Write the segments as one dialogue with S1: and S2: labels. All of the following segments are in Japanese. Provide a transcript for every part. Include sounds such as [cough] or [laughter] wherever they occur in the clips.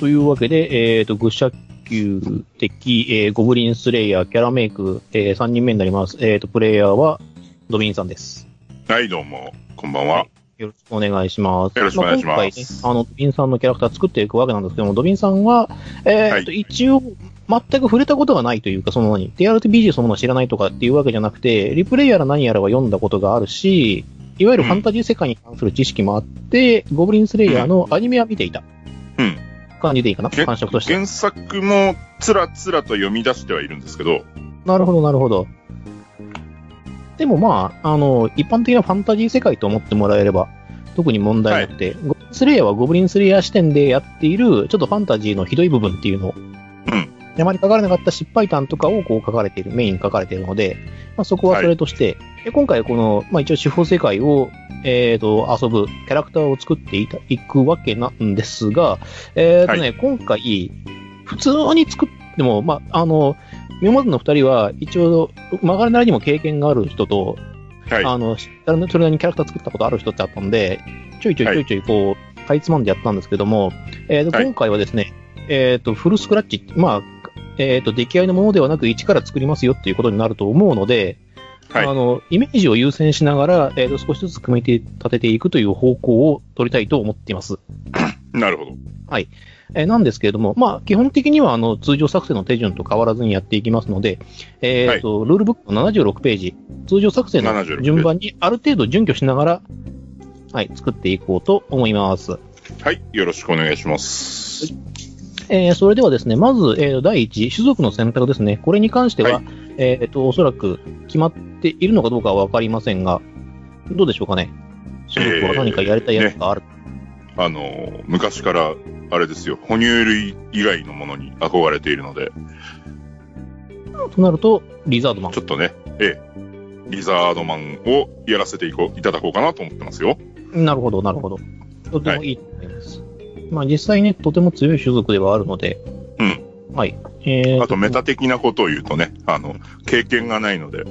S1: というわけで、えっ、と、愚者級敵、えーゴブリンスレイヤー、キャラメイク、え3人目になります。えっ、と、プレイヤーは、ドミンさんです。
S2: はい、どうも、こんばんは。
S1: よろしくお願いします。
S2: よろしくお願いします
S1: あ今回ね、あの、ドビンさんのキャラクター作っていくわけなんですけども、ドビンさんは、えーっと、
S2: は
S1: 一応、全く触れたことがないというか、その何、TRPG そのものを知らないとかっていうわけじゃなくて、リプレイやら何やらは読んだことがあるし、いわゆる
S2: うん
S1: ファンタジー世界に関する知識もあって、ゴブリンスレイヤーのアニメは見ていた。
S2: うん。
S1: 感じでいいかな
S2: げ
S1: 感触として。
S2: 原作もつらつらと読み出してはいるんですけど、
S1: なるほど、なるほど。でもまあ、あの、一般的なファンタジー世界と思ってもらえれば、特に問題なくて、ゴブリンスレイヤーはゴブリンスレイヤー視点でやっている、ちょっとファンタジーのひどい部分っていうのを、
S2: ん
S1: あまり書かれなかった失敗談とかをこう書かれている、メインに書かれているので、まあ、そこはそれとして、で今回この、まあ、一応司法世界を、えー、と、遊ぶキャラクターを作っていたいくわけなんですが、えーとね、
S2: は
S1: 今回、普通に作っても、まあ、あの、今までの二人は、一応、曲がりなりにも経験がある人と、
S2: はい。
S1: あの、それなりにキャラクター作ったことある人ってあったんで、ちょいちょいちょいちょい、こう、かいつまんでやったんですけども、えーと、
S2: はい
S1: 今回はですね、えっ、と、フルスクラッチ、まあ、えっ、と、出来合いのものではなく、一から作りますよっていうことになると思うので、
S2: はい
S1: あの、イメージを優先しながら、えっ、と、少しずつ組み立てていくという方向を取りたいと思っています。
S2: なるほど。
S1: えーなんですけれども、まあ、基本的にはあの通常作戦の手順と変わらずにやっていきますので、えーとルールブックの76ページ、通常作戦
S2: 76ペー
S1: の
S2: ジ
S1: 順番にある程度準拠しながら、はい、作っていこうと思います。
S2: はい、よろしくお願いします。
S1: えーそれではですね、まず、えー第一、種族の選択ですね。これに関しては、
S2: は
S1: えーと、おそらく決まっているのかどうかはわかりませんが、どうでしょうかね。種族は何かやりたいやつがある。
S2: あの、昔から、あれですよ、哺乳類以外のものに憧れているので、
S1: となると、リザードマン
S2: ち。ょっとね、ええ、リザードマンをやらせていこう、いただこうかなと思ってますよ。
S1: なるほど、なるほど。とてもいいと思います。まあ実際ね、とても強い種族ではあるので。うん。はい。えー、
S2: あと、メタ的なことを言うとね、あの、経験がないので、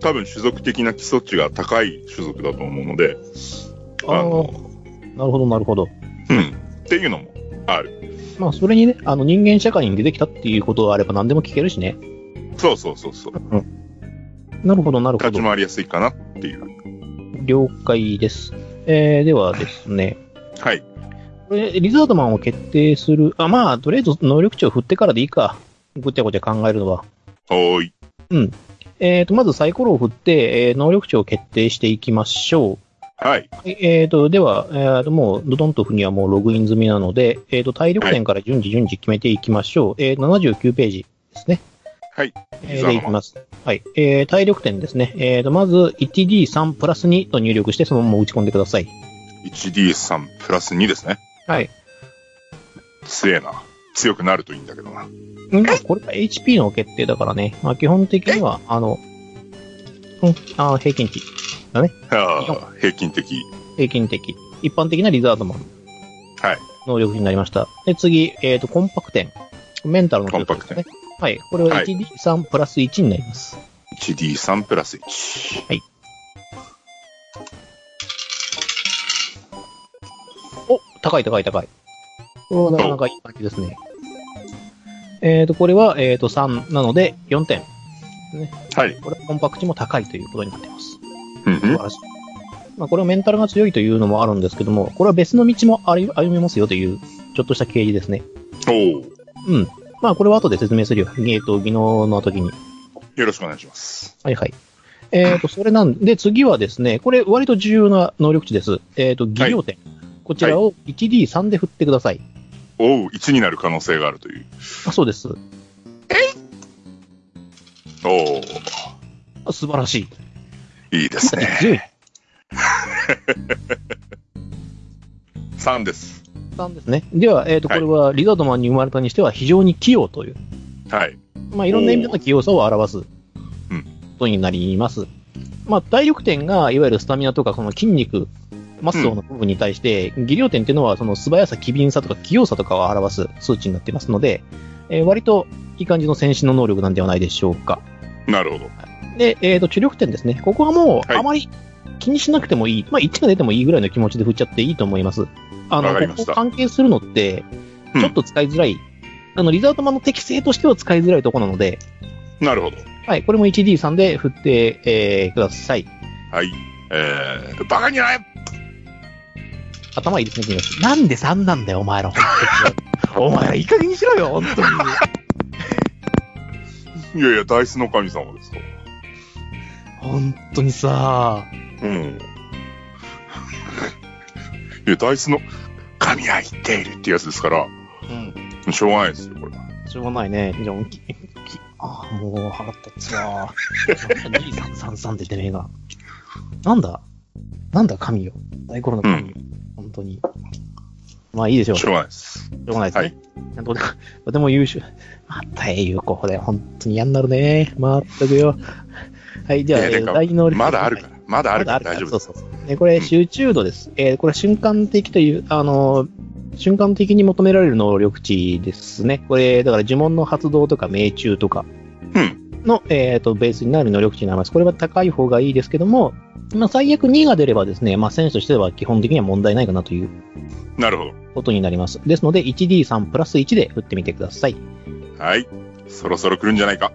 S2: 多分種族的な基礎値が高い種族だと思うので、
S1: あ
S2: あ
S1: の、
S2: の、
S1: なるほど、なるほど。
S2: うん、っていうのもある。
S1: まあそれにね、あの人間社会に出てきたっていうことがあれば何でも聞けるしね。
S2: そうそうそうそう。
S1: なるほど、なるほ
S2: 立
S1: ど
S2: ち。回りやすいかなっていう。
S1: 了解です。えー、ではですね。
S2: はい。
S1: これ、リザードマンを決定する。あ、まあ、とりあえず能力値を振ってからでいいか。ごちゃごちゃ考えるのは。
S2: おーい。
S1: えーと、まずサイコロを振って、えー能力値を決定していきましょう。
S2: はい。
S1: はいえー、と、では、えーと、もう、ドドンとフにはもうログイン済みなので、えー、と、体力点から順次順次決めていきましょう。えー、79ページですね。
S2: はい。
S1: えーで、いきます。はい。えー、体力点ですね。えー、と、まず、1D3 プラス2と入力して、そのまま打ち込んでください。
S2: 1D3 プラス2ですね。
S1: はい。
S2: 強えな。強くなるといいんだけどな。
S1: んこれが HP の決定だからね。まあ、基本的には、あの、うん、あー平均値。
S2: ああ、平均的。
S1: 平均的。一般的なリザードマン。
S2: はい。
S1: 能力になりました。で、次、えー、と、コンパク点。メンタルの強さですね。はい。これは
S2: はい
S1: 1D3 プラス1になります。
S2: 1D3 プラス1。
S1: お、高い高い高い。これはなかなかいい感じですね。えっ、と、これは、えっ、と、3なので4点。
S2: はい。
S1: これはコンパクチも高いということになってます。
S2: うんう
S1: 素
S2: ん
S1: 晴らしい。まあ、これはメンタルが強いというのもあるんですけども、これは別の道も歩歩めますよという、ちょっとした掲示ですね。
S2: おー
S1: うん。まあ、これは後で説明するよ。えっ、と、技能の時に。
S2: よろしくお願いします。
S1: はいはい。えっ、と、それなんで、次はですね、これ割と重要な能力値です。えっ、と、技量点。こちらを 1D3 で振ってください。
S2: おう、1になる可能性があるという。
S1: あそうです。
S2: おう、
S1: あ素晴らしい。
S2: いい
S1: [laughs]
S2: ですね。
S1: 10
S2: 3です。
S1: 3ですね。では、えっ、と、こ
S2: はい
S1: れはリザードマンに生まれたにしては非常に器用という、
S2: はい。
S1: まあ、いろんな意味での器用さを表す
S2: うん
S1: ことになります。まあ、体力点が、いわゆるスタミナとか、その筋肉、マッスルの部分に対して、技量点っていうのは、その素早さ、機敏さとか器用さとかを表す数値になっていますので、えー割といい感じの戦士の能力なんではないでしょうか。
S2: なるほど。
S1: で、えっ、と、知力点ですね。ここはもう、
S2: はい
S1: あまり気にしなくてもいい。まあ、1が出てもいいぐらいの気持ちで振っちゃっていいと思います。あの、
S2: わかりまし
S1: こ
S2: た
S1: こ関係するのって、
S2: うん
S1: ちょっと使いづらい、あの、リザートマンの適性としては使いづらいとこなので、
S2: なるほど。
S1: はい、これも 1D3 で振って、えーください。
S2: はい。えー、バカにゃない
S1: 頭いいですね、君たちなんで3なんだよ、お前ら。お前ら、いい加減にしろよ、本当に。
S2: いやいや、ダイスの神様ですと。
S1: 本当にさ、
S2: うん。いや、ダイスの神が言っているってやつですから、
S1: うん、
S2: しょうがないですよ、これは。
S1: しょうがないね。じゃあ、ききあーもう腹立つわ。2333っててめえが。なんだなんだ、神よ。大コロの神よ。本当に。まあいいでしょう。
S2: し
S1: し
S2: ょ
S1: ょ
S2: うがないです。
S1: うがないですね。ちゃんと、とても優秀。また英雄候補で、本当に嫌になるね。まったくよ。はい、じゃあ、
S2: いや
S1: えー
S2: なんか
S1: 第二能力
S2: まだあるから、まだあるから大丈
S1: そ
S2: 夫で
S1: う
S2: す。
S1: そうそう。でこれ、集中度です。えーこれ、瞬間的という、あのー瞬間的に求められる能力値ですね。これ、だから呪文の発動とか命中とか
S2: うん。
S1: の、えっ、と、ベースになる能力値になります。これは高い方がいいですけども、まあ、最悪2が出ればですね、まあ、選手としては基本的には問題ないかなという
S2: なるほ
S1: ことになります。ですので、1D3 プラス1で振ってみてください。
S2: ど。はい。そろそろ来るんじゃないか。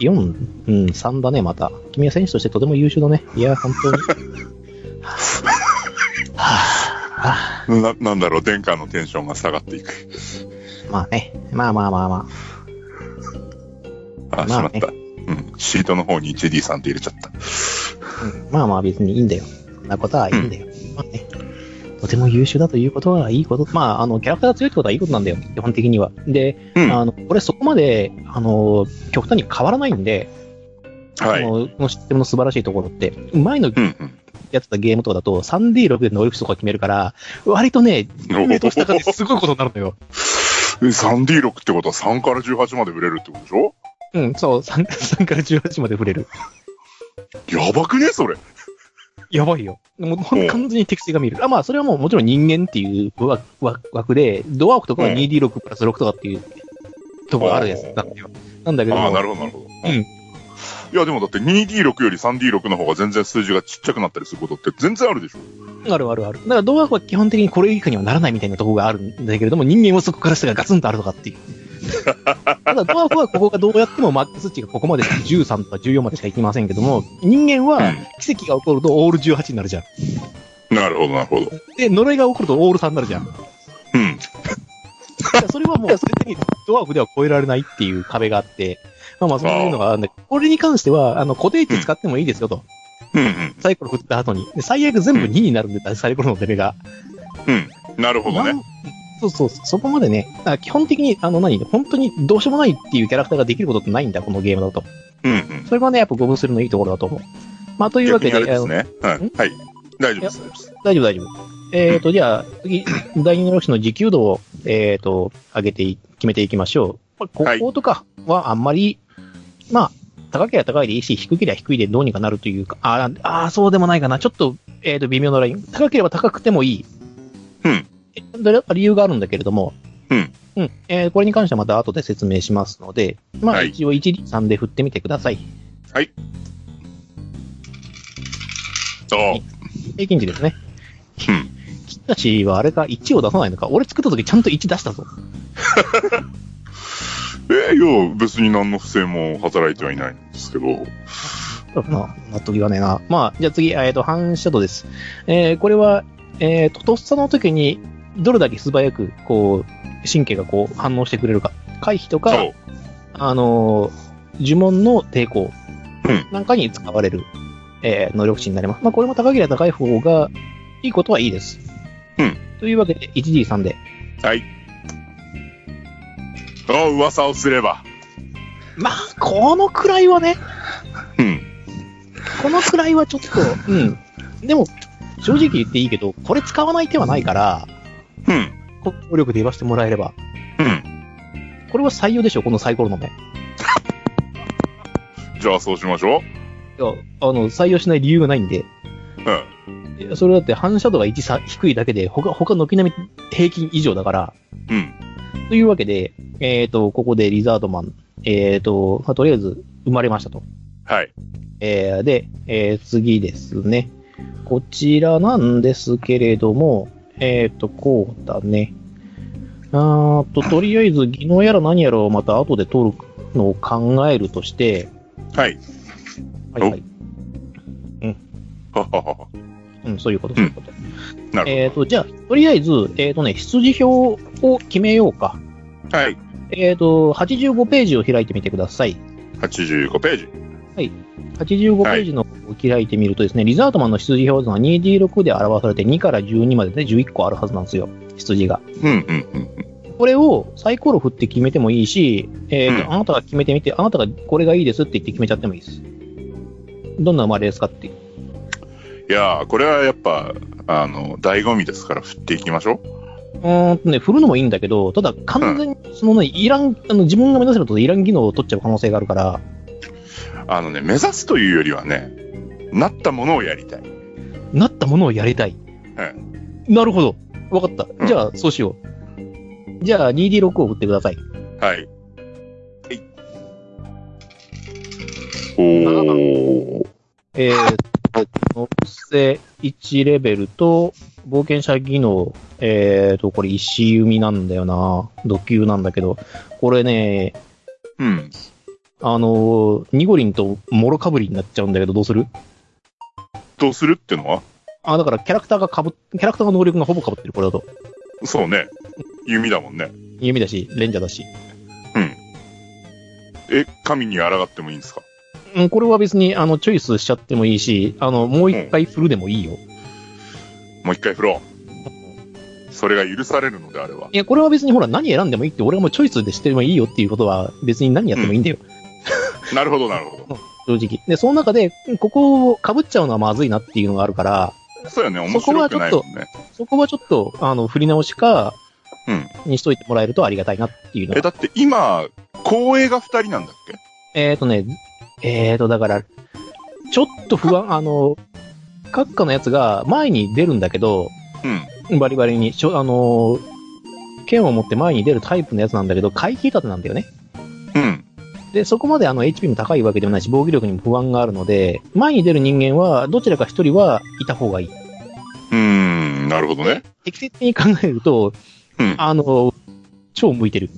S1: 4、うん、3だね、また。君は選手としてとても優秀だね。いや、本
S2: [laughs]
S1: 当に。はぁ、はぁ。
S2: な、なんだろう、殿下のテンションが下がっていく。
S1: まあね。まあまあまあま
S2: あ、し
S1: ま
S2: ま
S1: あ
S2: っ
S1: ね
S2: た。うん。シートの方に 1D3 って入れちゃった。
S1: あ。うんまあまあ別にいいんだよ。そんなことはいいんだよ。まあね。とても優秀だということはいいこと。まあ、あの、キャラクターが強いってことはいいことなんだよ。基本的には。で、
S2: うん。
S1: あの、これそこまで、あの、極端に変わらないんで、
S2: はい。
S1: あ
S2: うん
S1: のこのシステムの素晴らしいところって、前の
S2: うん。
S1: やってたゲームとかだと、3D6 で能力値とか決めるから、割とね、上と下がねすごいことになるのよ。
S2: え 3D6 ってことは3から18まで売れるってことでしょ
S1: うん、そう、3, 3から18まで触れる。
S2: やばくねそれ。
S1: やばいよ。もうほん
S2: うん
S1: 完全に適性が見える。あ、まあ、それはもうもちろん人間っていう枠枠枠で、ドアークとかは
S2: うん
S1: 2D6 プラス6とかっていうところがあるやつなんだよ。なんだけど
S2: ああ、な
S1: も、
S2: るほど、なるほど。
S1: うん
S2: いや、でもだって 2D6 より 3D6 の方が全然数字がちっちゃくなったりすることって全然あるでしょ。
S1: あるあるある。だからドアークは基本的にこれ以下にはならないみたいなところがあるんだけれども、人間はそこから下がガツンとあるとかって
S2: [laughs]
S1: いう。ただドアークはここがどうやってもマックス値がここまで13とか14までしかいきませんけども、人間は奇跡が起こるとオール18になるじゃん。
S2: なるほど、なるほど。
S1: で、呪いが起こるとオール3になるじゃん。
S2: うん。
S1: いやそれはもう、絶対にドワーフでは超えられないっていう壁があって、まあまあ、そういうのがあるんだけど、これに関しては、あの、固定値使ってもいいですよと。
S2: うん、うん
S1: サイコロ振った後に。で最悪全部2になるんで、サイコロの出目が。。
S2: うん。なるほど
S1: な
S2: ね
S1: ん。そうそう、そこまでね、あ基本的に、あの何、本当にどうしようもないっていうキャラクターができることってないんだ、このゲームだと。
S2: うん、うん。
S1: それがね、やっぱゴブするのいいところだと思う。まあ、というわ
S2: 逆
S1: け
S2: に
S1: で、
S2: あれで
S1: あ
S2: す
S1: の
S2: ね。はい。はい。大丈夫です。
S1: 大丈夫、大丈夫。え
S2: [laughs]
S1: ーと、じゃあ、次、第二能力士の持久度を、えーと、上げてい、決めていきましょう。まあこ
S2: はい
S1: ことかはあんまり、まあ、高けりゃ高いでいいし、低けりゃ低いでどうにかなるというか、あーあー、そうでもないかな。ちょっと、えーと、微妙なライン。高ければ高くてもいい。
S2: うん
S1: え。だから理由があるんだけれども。
S2: うん。
S1: うん。えーこれに関してはまた後で説明しますので、まあ、
S2: はい
S1: 一応1、3で振ってみてください。
S2: あ
S1: 平均値ですね。
S2: うん
S1: 君たちはあれか、1を出さないのか。俺作った時ちゃんと1出したぞ。
S2: えー、いや、別に何の不正も働いてはいないんですけど。
S1: な納得いかねえな。まあ、じゃあ次、えっ、と、反射度です。えー、これは、えっ、と、とっさの時に、どれだけ素早く、こう、神経がこう、反応してくれるか。回避とか、
S2: そ
S1: あのー呪文の抵抗
S2: うん
S1: なんかに使われる、えー能力値になります。まあ、これも高ければ高い方が、いいことはいいです。
S2: うん。
S1: というわけで、1D3 で。
S2: う。はい。ああ、噂をすれば。
S1: まあ、このくらいはね、
S2: うん。
S1: このくらいはちょっと、うん。でも、正直言っていいけど、これ使わない手はないから、
S2: うん。
S1: こ能力で言わせてもらえれば。
S2: うん。
S1: これは採用でしょ、このサイコロの目。い
S2: じゃあ、そうしましょ
S1: や、あの、採用しない理由がないんで。
S2: う。うん。
S1: いやそれだって反射度が1さ低いだけで、他、他軒並み平均以上だから。
S2: うん。
S1: というわけで、えっ、と、ここでリザードマン、えっ、と、まあ、とりあえず生まれましたと。
S2: はい。
S1: えーで、えー次ですね。こちらなんですけれども、えっ、と、こうだね。あーと、とりあえず、技能やら何やらをまた後で取るのを考えるとして、
S2: はい。
S1: はいはい。
S2: はははは。
S1: うん、そういうこと、そういうこと。
S2: なる
S1: えっ、と、じゃあ、とりあえず、えっ、とね、羊表を決めようか。
S2: ほど。はい。
S1: えっ、と、85ページを開いてみてください。
S2: 85ページ。
S1: 85ページの方を開いてみるとですね、リザートマンの羊表図が 2D6 で表されて2から12までで11個あるはずなんですよ、羊が。
S2: うんうんうん。
S1: これをサイコロ振って決めてもいいし、えーと
S2: うん
S1: あなたが決めてみて、あなたがこれがいいですって言って決めちゃってもいいです。どんな生まれですかって。
S2: いやー、これはやっぱ、あの、醍醐味ですから振っていきましょ
S1: うーんとね、振るのもいいんだけど、ただ完全にそのね、いらん、あの自分が目指せるといらん技能を取っちゃう可能性があるから、
S2: う。あのね、目指すというよりはね、なったものをやりたい。
S1: なったものをやりたい。
S2: はい
S1: なるほど。わかっ
S2: う
S1: た。
S2: ん
S1: じゃあ、そうしよう。じゃあ、2D6 を振ってください。
S2: はい。はい。おー。
S1: えー、属性1レベルと、冒険者技能、えーと、これ石弓なんだよな。土球なんだけど、これね、
S2: うん。
S1: あのーニゴリンとモロかぶりになっちゃうんだけど、どうする
S2: どうするってのは
S1: あ、だからキャラクターがかぶ、キャラクターの能力がほぼかぶってる、これだと。
S2: そうね。弓だもんね。
S1: 弓だし、レンジャーだし。
S2: え、神に抗ってもいいんですか
S1: うん、これは別に、あの、チョイスしちゃってもいいし、あの、もう一回振るでもいいよ。
S2: もう一回振ろう。それが許されるのであれば。
S1: いや、これは別にほら、何選んでもいいって、俺がもうチョイスでしてもいいよっていうことは、別に何やってもいいんだよ。
S2: なるほど、なるほ
S1: 正直。で、その中で、ここを被っちゃうのはまずいなっていうのがあるから、
S2: ど。そうよね、面白くないもんね。
S1: そこはちょっと、あの、振り直しか、
S2: うん
S1: にしといてもらえるとありがたいなっていうの
S2: え、
S1: が。
S2: だって今、光栄が二人なんだっけ
S1: えっ、とね、えっ、と、だから、ちょっと不安、あの、閣下のやつが前に出るんだけど、
S2: うん。
S1: バリバリに、しょあの剣を持って前に出るタイプのやつなんだけど、回避立てなんだよね。
S2: うん。
S1: で、そこまであの HP も高いわけでもないし、防御力にも不安があるので、前に出る人間は、どちらか一人はいた方がいい。
S2: うーん、なるほどね。
S1: 適切に考えると、
S2: うん
S1: あの、超向いてる。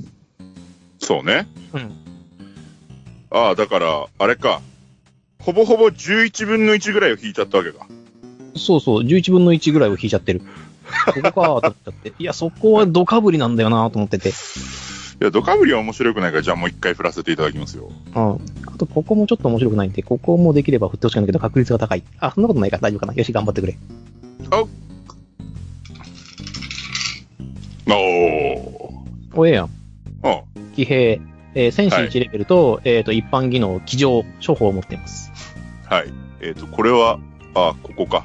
S2: そうね。
S1: うん。
S2: ああ、だから、あれか。ほぼほぼ11分の1ぐらいを引いちゃったわけか。
S1: そうそう、11分の1ぐらいを引いちゃってる。そこかと思っちゃって。いや、そこはドカぶりなんだよなと思ってて。
S2: いや、ドカブリは面白くないから、じゃあもう一回振らせていただきますよ。
S1: うん。あと、ここもちょっと面白くないんで、ここもできれば振ってほしくないけど、確率が高い。あ、そんなことないから大丈夫かな。よし、頑張ってくれ。
S2: おー。
S1: おええやん。
S2: うん。
S1: 騎兵、えー戦士1レベルと、えっ、と、一般技能、騎乗、処方を持っています。
S2: はい。えっ、と、これは、ああ、ここか。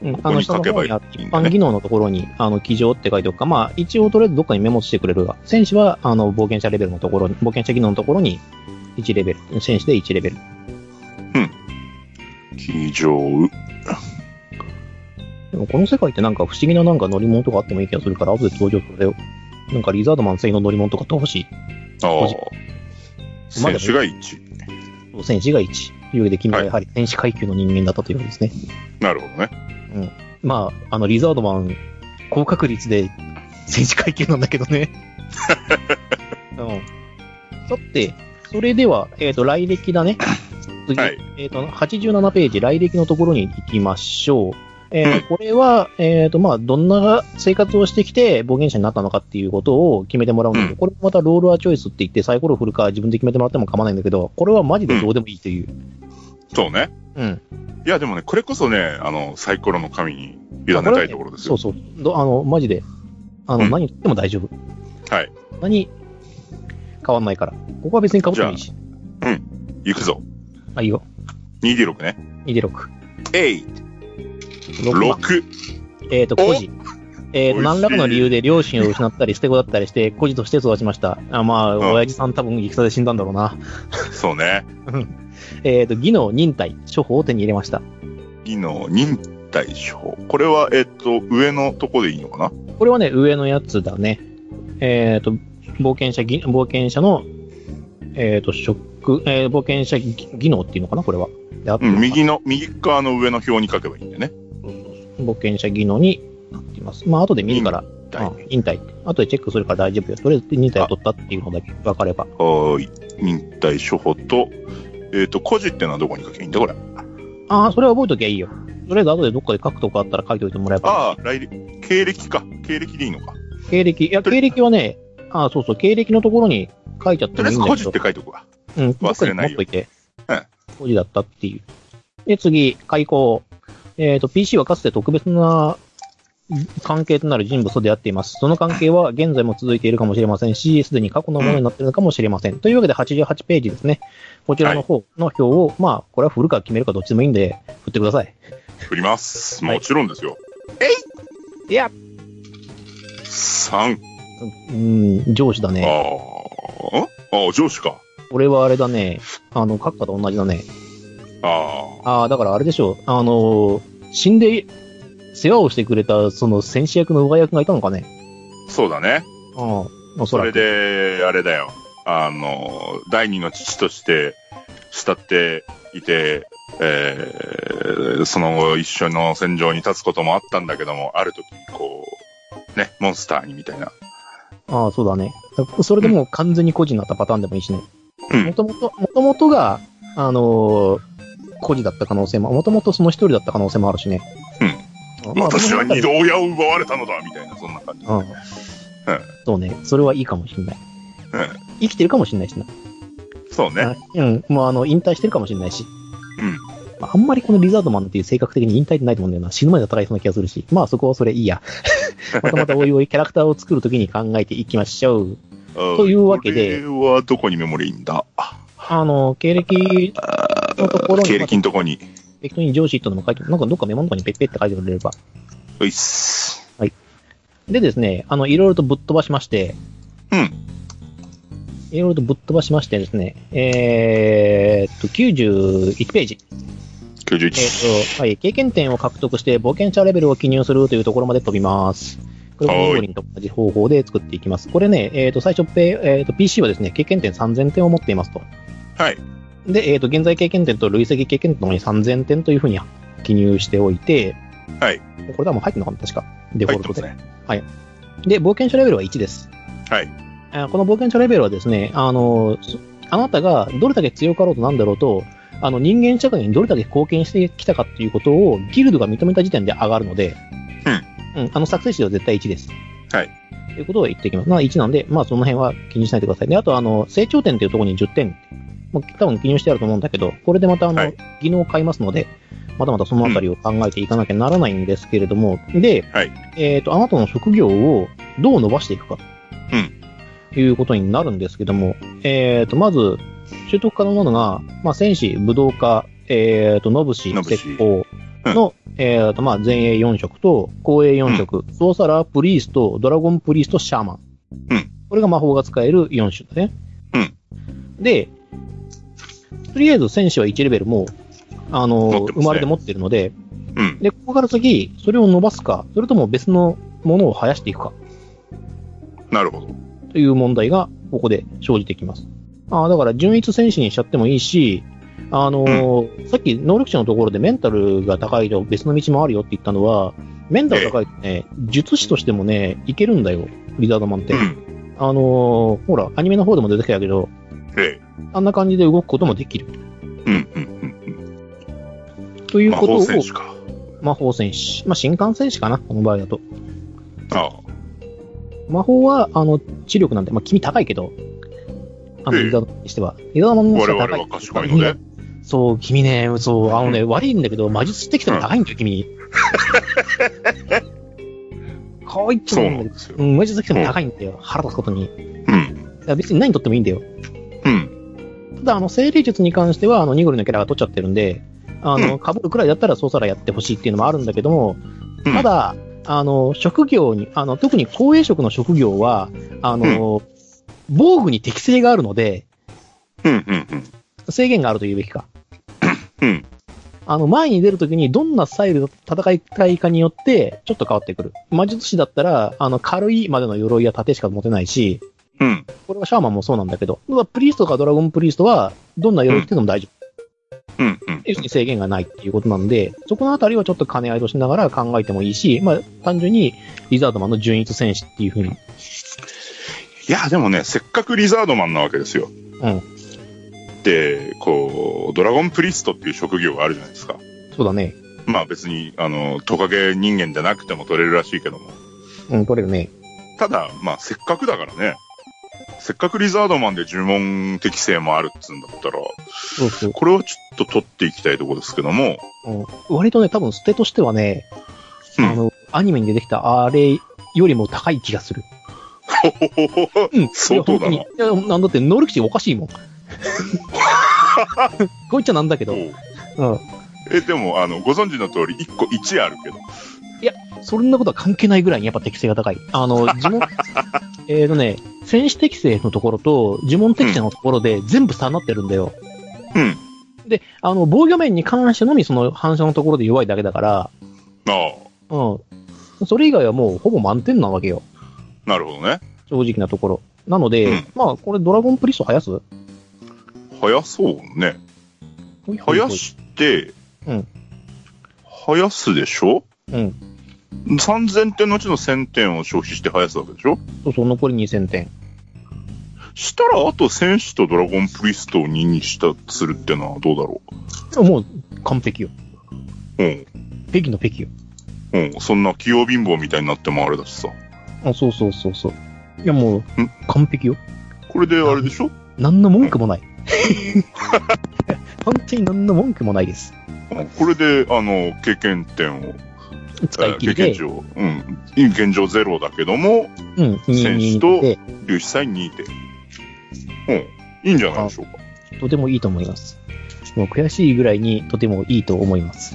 S1: うん、
S2: こ
S1: あ
S2: こ
S1: の、
S2: に
S1: 下
S2: 書
S1: の
S2: け
S1: 方
S2: ばいい
S1: に
S2: んだ
S1: あ
S2: ね
S1: る一般技能のところに、あの、騎乗って書いておくか、まあ、一応とりあえずどっかにメモしてくれるが、戦士は、あの、冒険者レベルのところに、冒険者技能のところに、1レベル、戦士で1レベル。
S2: 騎乗。
S1: でも、この世界ってなんか不思議ななんか乗り物とかあってもいい気がするから、後で登場するよ。なんかリザードマン専用の乗り物とかって欲しい。
S2: ああ
S1: こじ。ま
S2: 選
S1: だ
S2: 手が1。
S1: 戦士が1。というわけで、君はやはり戦士階級の人間だったというわけですね。
S2: なるほどね。
S1: まあ、あの、リザードマン、高確率で選手階級なんだけど
S2: [laughs]
S1: ね。うん。さて、それでは、えっ、と、来歴
S2: [coughs]
S1: だね。次、
S2: はい
S1: えっ、と、87ページ、来歴のところに行きましょう。えー
S2: うん
S1: これは、えっ、と、まあ、どんな生活をしてきて冒険者になったのかっていうことを決めてもらうんだけど、
S2: うん
S1: これまたロールアチョイスって言ってサイコロ振るか自分で決めてもらっても構わないんだけど、これはマジでどうでもいいという。
S2: そうね。
S1: うん。
S2: いや、でもね、これこそね、あの、サイコロの神に委ねたいところです
S1: そ
S2: よ
S1: う。そう。どあの、マジで。あの、
S2: うん
S1: 何言っても大丈夫。
S2: はい。
S1: 何、変わんないから。ここは別に被ってもいいし。
S2: 行くぞ。
S1: あ、いいよ。
S2: 2D6 ね。
S1: 2D6。
S2: 8。
S1: 六番
S2: 6。
S1: えっ、と、
S2: お
S1: 孤児。えっ、と、
S2: 美味しい
S1: 何らかの理由で両親を失ったり、捨て子だったりして、孤児として育ちました。あまあ、
S2: ん
S1: 親父さん多分戦で死んだんだろうな。
S2: そうね。
S1: えっ、と、技能、忍耐、処方を手に入れました。
S2: 技能、忍耐症。これは、えっ、と、上のとこでいいのかな
S1: これはね、上のやつだね。えっ、と、冒険者、ぎ冒険者の、えっ、と、職、えー冒険者技技能っていうのかなこれは。で合って
S2: う
S1: るのかな
S2: ん、右の、右側の上の表に書けばいいんでね。
S1: 冒険者技能になっています。まあ、後で見るから、
S2: だい
S1: あ引退。後でチェックするから大丈夫よ。とりあえず忍耐を取ったっていうのだけ分かれば。
S2: はーい。忍耐処方と、えっ、と、孤児ってのはどこに書けばいいんだこれ。
S1: ああ、それは覚えときゃいいよ。とりあえず後でどっかで書くとこあったら書いておいてもらえば。
S2: ああ、来歴、経歴か。経歴でいいのか。
S1: 経歴、いや、
S2: とりあえ
S1: 経
S2: ず
S1: 歴はね、ああ、そうそう、経歴のところに書いちゃっ
S2: と
S1: て
S2: り
S1: も
S2: あえ
S1: いい
S2: ず
S1: んだけど。
S2: 孤児って書いとくわ。
S1: うん、どっ
S2: 忘
S1: か
S2: れ
S1: に
S2: な
S1: 持っ
S2: いよ
S1: といて。
S2: うん
S1: 工事だったっていう。で、次、開口。えっ、と、PC はかつて特別な関係となる人物と出会っています。その関係は現在も続いているかもしれませんし、すでに過去のものになっているのかもしれません。というわけで88ページですね。こちらの方の表を、まあ、これは振るか決めるかどっちでもいいんで、振ってください。
S2: 振ります。
S1: はい
S2: もちろんですよ。
S1: いや、
S2: 3。
S1: うん、上司だ
S2: あ
S1: ね。
S2: あ。んああ、上司か。
S1: 俺はあれだね。あの、閣下と同じだね。
S2: ああ。
S1: ああ、だからあれでしょう。あのー死んで世話をしてくれた、その戦士役の上役がいたのかね。
S2: そうだね。
S1: ああ、おそ
S2: そ
S1: ら
S2: れ
S1: く。
S2: で、あれだよ。あの、第二の父として慕っていて、えーその後一緒の戦場に立つこともあったんだけども、ある時、こう、ね、モンスターにみたいな。
S1: ああ、そうだね。それでもう完全に個人になったパターンでもいいしね。
S2: うん
S1: もともと、もともとが、あのー孤児だった可能性も、もともとその一人だった可能性もあるしね。うん
S2: 私は二度親を奪われたのだみたいな、そんな感じ。
S1: うん。そうね。それはいいかもしれない。
S2: うん
S1: 生きてるかもしれないしな。
S2: そうね。
S1: うん。もうあの、引退してるかもしれないし。
S2: うん。
S1: まああんまりこのリザードマンっていう性格的に引退ってないと思うんだよな。死ぬまで戦いそうな気がするし。まあそこはそれいい
S2: [laughs]
S1: や。またまたおいおいキャラクターを作るときに考えていきましょう。
S2: と
S1: いうわけで
S2: これはどこにメモリーいいんだ
S1: あの、経歴
S2: あ
S1: のところに、
S2: 経
S1: まあ
S2: 歴のとこに。
S1: 適当に上司とのも書いて、なんかどっかメモのとかにペッペって書いてくれれば。
S2: ういっす。
S1: でですね、あの、いろいろとぶっ飛ばしまして、
S2: うん。
S1: いろいろとぶっ飛ばしましてですね、えーっと、91ページ。えっ、
S2: 91。
S1: と、はい、経験点を獲得して冒険者レベルを記入するというところまで飛びます。これも
S2: は
S1: ミ
S2: い
S1: ンゴリンと同じ方法で作っていきます。これね、えっ、と、最初ペ、えーと、PC はですね、経験点3000点を持っていますと。
S2: はい。
S1: で、えっ、と、現在経験点と累積経験点ともに3000点というふうに記入しておいて、
S2: はい。
S1: これ多分入ってんのかな確か。デフ
S2: 入
S1: ォ
S2: っ
S1: ル
S2: て
S1: ト
S2: ます
S1: で。
S2: ね。
S1: で、冒険者レベルは1です。
S2: はい。
S1: あこの冒険者レベルはですね、あの、そあなたがどれだけ強かろうとなんだろうと、あの人間社会にどれだけ貢献してきたかっていうことをギルドが認めた時点で上がるので、うん。あの作成値では絶対1です。
S2: はい。
S1: ということを言っていきます。まあ1なんで、まあその辺は気にしないでください。で、あとあの、成長点っていうところに10点、もう多分記入してあると思うんだけど、これでまたあの、
S2: はい
S1: 技能を買いますので、またまたそのあたりを考えていかなきゃならないんですけれども、で、
S2: はい
S1: えっ、と、あなたの職業をどう伸ばしていくか、
S2: うん
S1: いうことになるんですけども、えっ、と、まず、習得可能なのが、まあ、戦士、武道家、えっ、と、信士、
S2: 信士
S1: 石膏の、えっ、と、まあ、前衛4色と後衛4色、ソーサラー、プリースト、ドラゴンプリースト、シャーマン。
S2: うん
S1: これが魔法が使える4種だね。
S2: うん
S1: で、とりあえず戦士は1レベルもう、あの、
S2: 持ってますね
S1: 生まれて持ってるので、
S2: うん。
S1: で、ここから先、それを伸ばすか、それとも別のものを生やしていくか、
S2: なるほど。
S1: という問題が、ここで生じてきます。ああ、だから、純一戦士にしちゃってもいいし、あのーさっき能力者のところでメンタルが高いと別の道もあるよって言ったのは、メンタル高いとね、術師としてもね、いけるんだよ、リザードマンって。
S2: うん。
S1: あのーほら、アニメの方でも出てきたけど、
S2: ええ。
S1: あんな感じで動くこともできる。
S2: うん、うん、うん
S1: とい
S2: うん。
S1: う
S2: 魔
S1: ことを
S2: 法、戦士か。
S1: 魔法戦士。まあ、新幹線士かな、この場合だと。
S2: ああ。
S1: 魔法は、あの、知力なんで、まあ、君高いけど、あの、
S2: ええ
S1: リザードにしては。リザードの人
S2: 我
S1: は高
S2: 々
S1: い。
S2: は賢いので。
S1: そう、君ね、そう、あのね、悪いんだけど、魔術してきても高いんだよ、
S2: [laughs]
S1: 君。可愛いっちゃ
S2: そう
S1: う
S2: なん
S1: んだけ
S2: ですよ
S1: ど、う。ん、魔術してきても高いんだよ、腹立つことに。
S2: うん。
S1: いや別に何とってもいいんだよ。
S2: うん。
S1: ただ、あの、精霊術に関しては、あの、ニゴリのキャラが取っちゃってるんで、あ
S2: う
S1: の、かぶるくらいだったら、そうさらやってほしいっていうのもあるんだけども、
S2: うん
S1: ただ、あの、職業に、あの、特に公営職の職業は、あの、防具に適性があるので、
S2: うん、うん、うん。
S1: 制限があると言うべきか。
S2: うん。
S1: あの、前に出るときにどんなスタイルの戦いたいかによって、ちょっと変わってくる。魔術師だったら、あの、軽いまでの鎧や盾しか持てないし、
S2: うん。
S1: これはシャーマンもそうなんだけど、まあプリーストとかドラゴンプリーストは、どんな鎧着てても大丈夫。
S2: うん、うん。
S1: 要するに制限がないっていうことなので、そこのあたりはちょっと兼ね合いとしながら考えてもいいし、まあ、単純にリザードマンの純一戦士っていうふうに、
S2: いや、でもね、せっかくリザードマンなわけですよ。
S1: うん。
S2: で、こう、ドラゴンプリストっていう職業があるじゃないですか。
S1: そうだね、
S2: まあ別に、あの、トカゲ人間じゃなくても取れるらしいけども。
S1: うん、取れるね。
S2: ただ、まあせっかくだからね。せっかくリザードマンで呪文適性もあるっつうんだったら、
S1: そうそう。
S2: これをちょっと取っていきたいとこですけども、
S1: うん、割とね、多分捨てとしてはね、
S2: うん
S1: あの、アニメに出てきたあれよりも高い気がする。
S2: [laughs]
S1: うん、
S2: 相当だない
S1: や、本当にいやなんだって、能力値おかしい
S2: [laughs]
S1: もん。こういっちゃなんだけど、うん。
S2: え、でも、あの、ご存知の通り、1個1あるけど。
S1: そんなことは関係ないぐらいにやっぱ適性が高い。あ [laughs] の、呪文、えーとね、戦士適性のところと呪文適性のところで全部差になってるんだよ。
S2: うん。
S1: で、あの、防御面に関してのみその反射のところで弱いだけだから、
S2: あ
S1: うん。それ以外はもうほぼ満点なわけよ。
S2: あ、なるほどね。
S1: 正直なところ。なので、
S2: うん
S1: まあ、これドラゴンプリスト生やす
S2: 早そうね。生やして、
S1: うん
S2: 生やすでしょ
S1: うん。
S2: 3000点のうちの1000点を消費して生やすわけでしょ
S1: そうそう、残り2000点。
S2: したら、あと戦士とドラゴンプリストを2にした、するってのはどうだろ
S1: もう、完璧よ。
S2: ううん。
S1: 北京の北京よ。
S2: うん。そんな器用貧乏みたいになってもあれだしさ。
S1: あ、そうそうそうそう。いや、もう、完璧よ。
S2: これであれでしょ
S1: 何の文句もない。本当に何の文句もないです。
S2: うんこれで、あの、経験点を、
S1: 使い切り
S2: 経験
S1: で
S2: 値、を、うん。現状ゼロだけども、
S1: うん、
S2: 選手と
S1: 2で、
S2: 粒子祭2点。うん。いいんじゃないでしょうか。
S1: とてもいいと思います。もう悔しいぐらいにとてもいいと思い
S2: [laughs]
S1: ます。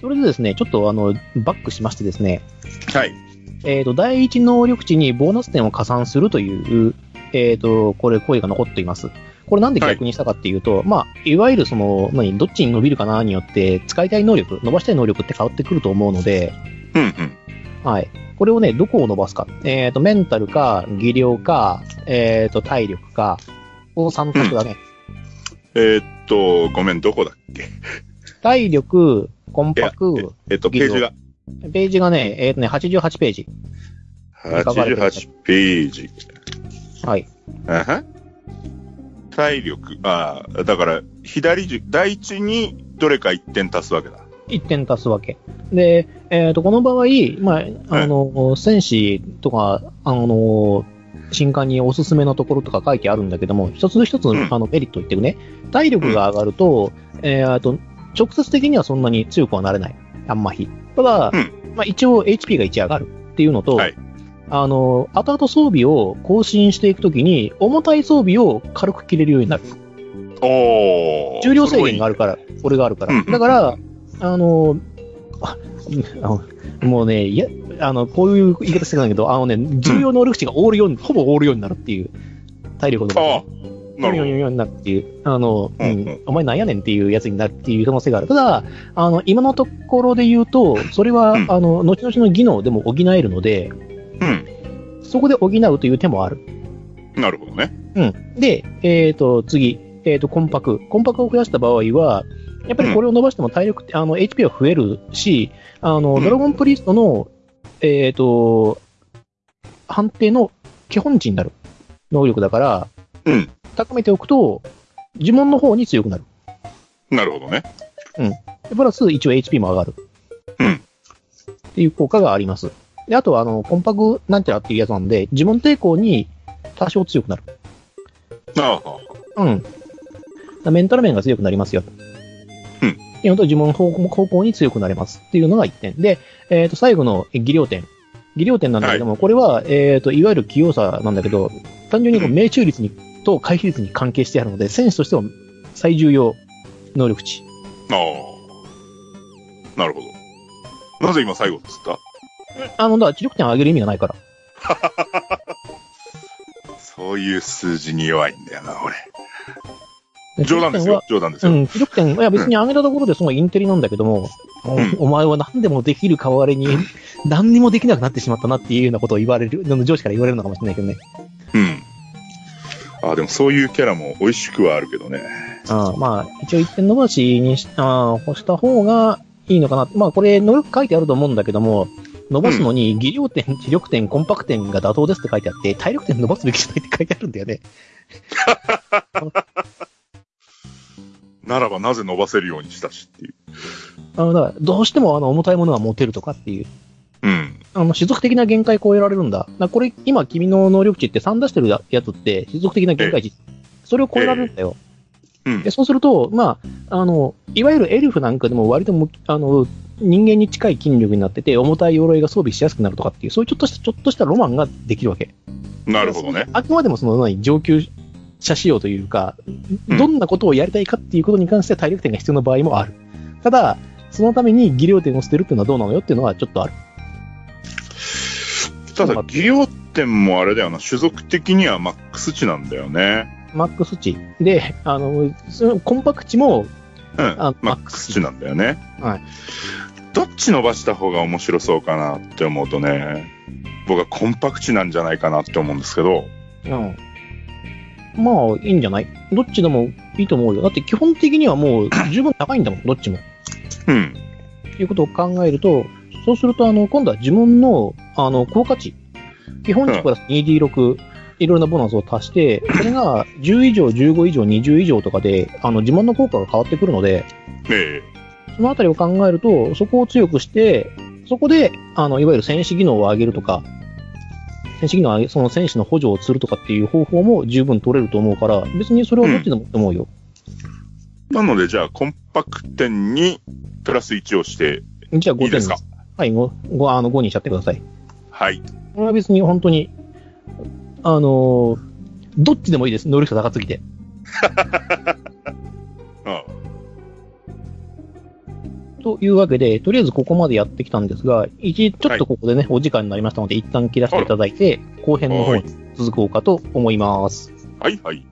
S1: それでですね、ちょっとあの、バックしましてですね、
S2: はい。
S1: えっ、と、第一能力値にボーナス点を加算するという、えっ、と、これ、行為が残っています。これなんで逆にしたかっていうと、まあ、いわゆるその、何、どっちに伸びるかなによって、使いたい能力、伸ばしたい能力って変わってくると思うので、
S2: うんうん。
S1: はい。これをね、どこを伸ばすか。えっ、と、メンタルか、技量か、えっ、と、体力か、この3択だね。
S2: えーっと、ごめん、どこだっけ
S1: 体力、魂
S2: いや
S1: 魄、
S2: えーっと、ページが。
S1: ページがね、えっ、とね、88ページ。書かれてる
S2: 88ページ。
S1: はい。
S2: あは体力。ああ、だから、左軸、第一にどれか1点足すわけだ。
S1: 1点足すわけ。で、えっ、と、この場合、まあ、あの、戦士とか、あの、新刊におすすめのところとか書いてあるんだけども、一つ一つの,、
S2: うん
S1: あのメリットを言ってくね。体力が上がると、えーと、直接的にはそんなに強くはなれない。あんまり。ただ、
S2: うん
S1: まあ一応 HP が1上がるっていうのと、
S2: はい
S1: あの、後々装備を更新していくときに、重たい装備を軽く切れるようになる。
S2: おお。
S1: 重量制限があるから、これがあるから。
S2: うん
S1: だから、あの、ああのもうね、いや、あの、こういう言い方してたんだけど、あのね、重要能力値がオール4、ほぼオール4になるっていう、体力の。
S2: ああ、なるほど。
S1: 444になるっていう、あの、うん
S2: うんうん
S1: お前なんやねんっていうやつになるっていう可能性がある。ただ、あの、今のところで言うと、それは、
S2: うん
S1: あの、後々の技能でも補えるので、
S2: うん。
S1: そこで補うという手もある。
S2: なるほどね。
S1: うん。で、えっ、と、次、えっ、と、コンパク。コンパクを増やした場合は、やっぱりこれを伸ばしても体力って、あの、HP は増えるし、あの、
S2: うん
S1: ドラゴンプリストの、えっ、と、判定の基本値になる能力だから、
S2: うん
S1: 高めておくと、呪文の方に強くなる。
S2: なるほどね。
S1: でプラス、一応 HP も上がる。
S2: うん
S1: っていう効果があります。で、あとは、あの、コンパクなんちゃらっていうやつなんで、呪文抵抗に多少強くなる。
S2: ああ、
S1: うん。メンタル面が強くなりますよ。
S2: うん
S1: っていうのと、自分の方向方向に強くなれますっていうのが1点。で、えっ、と、最後の技量点。技量点なんだけども、これは、えっ、と、いわゆる器用さなんだけど、単純にこう
S2: うん
S1: 命中率に、と回避率に関係してあるので、選手としては最重要能力値。
S2: ああ。なるほど。なぜ今最後っつった
S1: あの、だから、知力点を上げる意味がないから。
S2: そういう数字に弱いんだよな、俺。
S1: で
S2: 冗談ですよ。。冗談です
S1: 知力点はうん、知力点、
S2: よ。
S1: いや別に上げたところですごいインテリなんだけども、
S2: ん
S1: おお前は何でもできる代わりに、何にもできなくなってしまったなっていうようなことを言われる、上司から言われるのかもしれないけどね。
S2: うん。ああ、でもそういうキャラも美味しくはあるけどね。
S1: あまあ、一応一点伸ばしにしあーした方がいいのかな。まあ、これ、能力書いてあると思うんだけども、伸ばすのに、技量点、知力点、コンパクト点が妥当ですって書いてあって、体力点伸ばすべきじゃないって書いてあるんだよね。
S2: ならばなぜ伸ばせるようにしたしっていう。
S1: あの、だから、どうしてもあの重たいものは持てるとかっていう。
S2: うん。
S1: あの、種族的な限界超えられるんだ。だからこれ、今君の能力値って3出してるやつって、種族的な限界値。それを超えられるんだよ。
S2: うん
S1: で、。そうすると、まあ、あの、いわゆるエルフなんかでも割とむ、あの、人間に近い筋力になってて、重たい鎧が装備しやすくなるとかっていう、そういうちょっとした、ちょっとしたロマンができるわけ。
S2: なるほどね。
S1: あくまでもその、何上級者仕様というか、
S2: うん
S1: どんなことをやりたいかっていうことに関して体力点が必要な場合もある。ただ、そのために技量点を捨てるっていうのはどうなのよっていうのはちょっとある。
S2: ただ、技量点もあれだよな、種族的にはマックス値なんだよね。
S1: マックス値。で、あの、そのコンパク値も、
S2: うん。
S1: あ
S2: マックス値なんだよね。
S1: はい。
S2: どっち伸ばした方が面白そうかなって思うとね、僕はコンパクチなんじゃないかなって思うんですけど、
S1: うん。まあ、いいんじゃないどっちでもいいと思うよ。だって基本的にはもう十分高いんだもん、どっちも。
S2: うん。
S1: っていうことを考えると、そうすると、あの、今度は自分の、あの、効果値。基本値プラス 2D6、いろんなボーナスを足して、それが10以上、15以上、20以上とかで、あの、自慢の効果が変わってくるので、
S2: え
S1: そのあたりを考えると、そこを強くして、そこで、あの、いわゆる戦士技能を上げるとか、戦士技能を上げ、その戦士の補助をするとかっていう方法も十分取れると思うから、別にそれはどっちでもいいと思うよ。
S2: えなので、じゃあ、コンパクトにプラス1をして、
S1: じゃあ5点
S2: いいですか
S1: はい、5、ごあの5にしちゃってください。
S2: はい。
S1: これは別に本当に、あのーどっちでもいいです。能力が高すぎて。
S2: うん。
S1: というわけで、とりあえずここまでやってきたんですが、一ちょっとここでね、お時間になりましたので、一旦切らせていただいて、後編の方に続こうかと思います。
S2: はいはい。